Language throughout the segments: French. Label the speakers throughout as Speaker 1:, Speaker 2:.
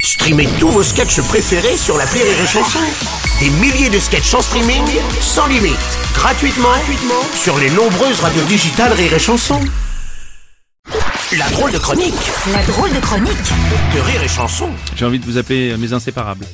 Speaker 1: Streamez tous vos sketchs préférés sur la Rire et Chanson. Des milliers de sketchs en streaming, sans limite, gratuitement, gratuitement sur les nombreuses radios digitales Rire et Chanson. La drôle de chronique
Speaker 2: La drôle de chronique
Speaker 1: de Rire et Chanson.
Speaker 3: Ah,
Speaker 4: J'ai envie de vous appeler euh, mes inséparables.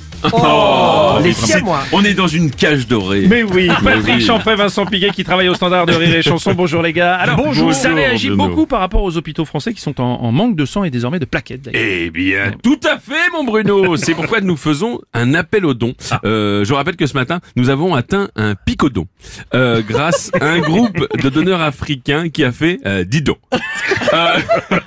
Speaker 5: Les Siamois.
Speaker 6: On est dans une cage dorée.
Speaker 4: Mais oui, Patrick
Speaker 6: oui.
Speaker 4: Champré, Vincent Piguet qui travaille au standard de rire et chanson. Bonjour les gars. Alors,
Speaker 6: Bonjour,
Speaker 4: ça réagit
Speaker 6: Bruno.
Speaker 4: beaucoup par rapport aux hôpitaux français qui sont en, en manque de sang et désormais de plaquettes. d'ailleurs.
Speaker 6: Eh bien, tout à fait, mon Bruno. C'est pourquoi nous faisons un appel aux dons. Euh, je rappelle que ce matin, nous avons atteint un pic aux dons euh, grâce à un groupe de donneurs africains qui a fait euh, 10 dons. Euh,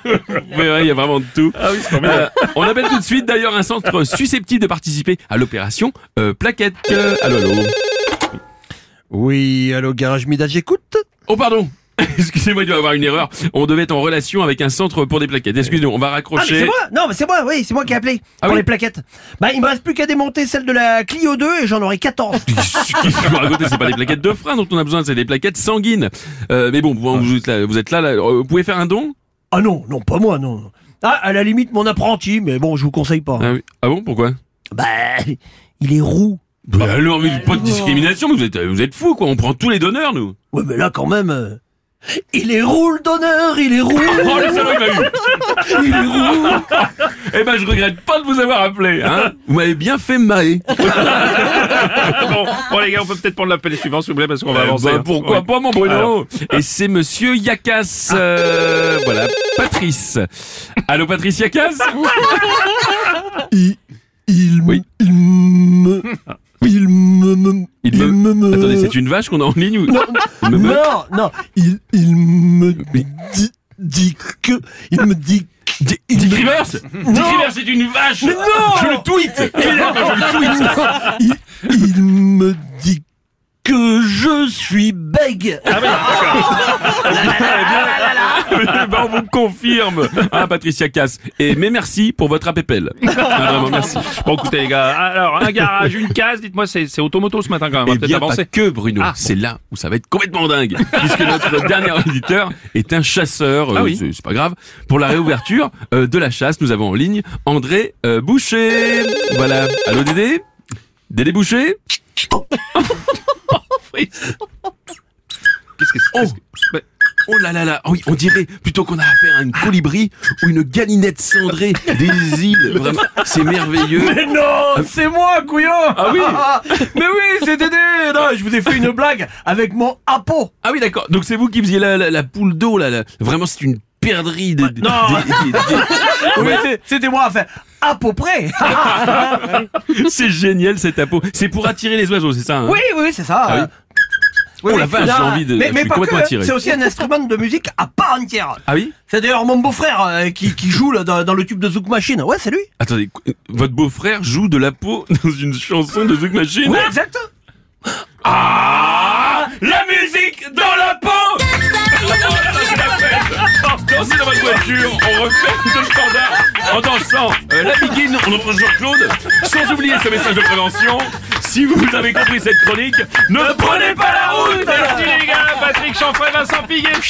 Speaker 6: vous verrez, il y a vraiment de tout. Euh, on appelle tout de suite d'ailleurs un centre susceptible de participer à l'opération euh, plaquette. Euh, Allô, allô.
Speaker 3: Oui, allô, Garage Midas, j'écoute.
Speaker 6: Oh pardon Excusez-moi, il doit y avoir une erreur. On devait être en relation avec un centre pour des plaquettes. Excusez-nous, on va
Speaker 3: Ah, mais c'est
Speaker 6: raccrocher.
Speaker 3: moi Non, mais c'est moi, oui, c'est moi qui ai appelé
Speaker 6: Ah
Speaker 3: pour
Speaker 6: oui.
Speaker 3: les plaquettes. Bah, il me reste plus qu'à démonter celle de la Clio 2 et j'en aurai 14.
Speaker 6: Qu'est-ce que vous racontez C'est pas des plaquettes de frein dont on a besoin, c'est des plaquettes sanguines. Euh, mais bon, vous, vous êtes là, vous êtes là, là. Euh, vous pouvez faire un don
Speaker 3: ah non, non, pas moi, non. non. Ah, à la limite, mon apprenti, mais bon, je vous conseille pas.
Speaker 6: ah, oui. Ah bon, pourquoi
Speaker 3: Bah, il est roux.
Speaker 6: bah, Alors, mais pas de discrimination, mais vous êtes, vous êtes fous, quoi. On prend tous les donneurs, nous.
Speaker 3: Ouais, mais là, quand même... euh, Il est roux, le donneur, il est roux,
Speaker 6: Oh, le salaud, il m'a eu
Speaker 3: il est roux.
Speaker 6: Eh ben, je regrette pas de vous avoir appelé, hein. Vous m'avez bien fait marrer.
Speaker 4: Eh, ah bon, bon, les gars, on peut peut-être prendre l'appel suivant, s'il vous plaît, parce qu'on va
Speaker 6: Euh,
Speaker 4: avancer.
Speaker 6: bah,
Speaker 4: hein.
Speaker 6: pourquoi
Speaker 4: Ouais.
Speaker 6: pas, mon Bruno Et c'est monsieur Yakas. euh, voilà, Patrice. Allô, Patrice Yakas
Speaker 3: Il,
Speaker 6: Oui.
Speaker 3: il me... Il me... Ah. me-
Speaker 6: Il me-
Speaker 3: me-
Speaker 6: Attendez, c'est une vache qu'on a en ligne ou... Me- me-
Speaker 3: Non, non, il, il me dit, dit que... Il me dit que... il
Speaker 6: Dick
Speaker 3: me-
Speaker 6: Rivers Dick Rivers, c'est une vache Je le tweet Évidemment, je le tweet
Speaker 3: il, il me dit que je suis bègue.
Speaker 6: Ben, on vous confirme Ah, Patricia Cass. Et, mais merci pour votre appel. Ah, vraiment, merci.
Speaker 4: Bon, écoutez, les gars, alors, un garage, une case, dites-moi, c'est c'est automoto ce matin quand même. On va
Speaker 6: Et
Speaker 4: peut-être
Speaker 6: Eh bien pas
Speaker 4: avancer.
Speaker 6: que Bruno,
Speaker 4: Ah,
Speaker 6: c'est là où ça va être complètement dingue, puisque notre dernier auditeur est un chasseur, euh,
Speaker 4: Ah oui.
Speaker 6: c'est c'est pas grave. Pour la réouverture euh, de la chasse, nous avons en ligne André euh, Boucher. Voilà, allô Dédé Dédé Boucher
Speaker 4: Qu'est-ce que c'est
Speaker 6: Oh
Speaker 4: qu'est-ce que- bah,
Speaker 6: Oh là là là, Ah oui, on dirait plutôt qu'on a affaire à une colibri ou une galinette cendrée des îles. Vraiment, c'est merveilleux.
Speaker 3: Mais Eh non, c'est moi, couillon Ah
Speaker 6: oui.
Speaker 3: Mais oui, c'est Dédé Non, je vous ai fait une blague avec mon apo
Speaker 6: Ah oui, d'accord. Donc c'est vous qui faisiez la, la, la poule d'eau là. là. Vraiment, c'est une perdrix de. de- des- des-
Speaker 3: Oui,
Speaker 6: Ouais,
Speaker 3: Ah ben, c'est- c'était moi, enfin, à peu près
Speaker 6: c'est génial cette peau. C'est pour attirer les oiseaux, c'est ça hein
Speaker 3: Oui, oui, c'est ça
Speaker 6: Ah oui.
Speaker 3: Oui,
Speaker 6: Oh la
Speaker 3: oui.
Speaker 6: vache,
Speaker 3: Non,
Speaker 6: j'ai envie de-
Speaker 3: Mais,
Speaker 6: je
Speaker 3: mais
Speaker 6: suis
Speaker 3: pas que, hein.
Speaker 6: complètement attiré.
Speaker 3: c'est aussi un instrument de musique à part entière.
Speaker 6: Ah oui
Speaker 3: C'est d'ailleurs mon beau-frère euh, qui, qui joue là, dans, dans le tube de Zouk Machine. Ouais, c'est lui.
Speaker 6: Attendez, qu- euh, votre beau-frère joue de la peau dans une chanson de Zouk Machine
Speaker 3: Oui, exact.
Speaker 6: Ah La musique dans la peau Danser dans votre voiture, on refait le standard en dansant euh, la biguine, on entend Jean-Claude, sans oublier ce message de prévention. Si vous avez compris cette chronique, ne prenez pas la route
Speaker 4: Merci les gars, Patrick Chanfray, Vincent Piguet.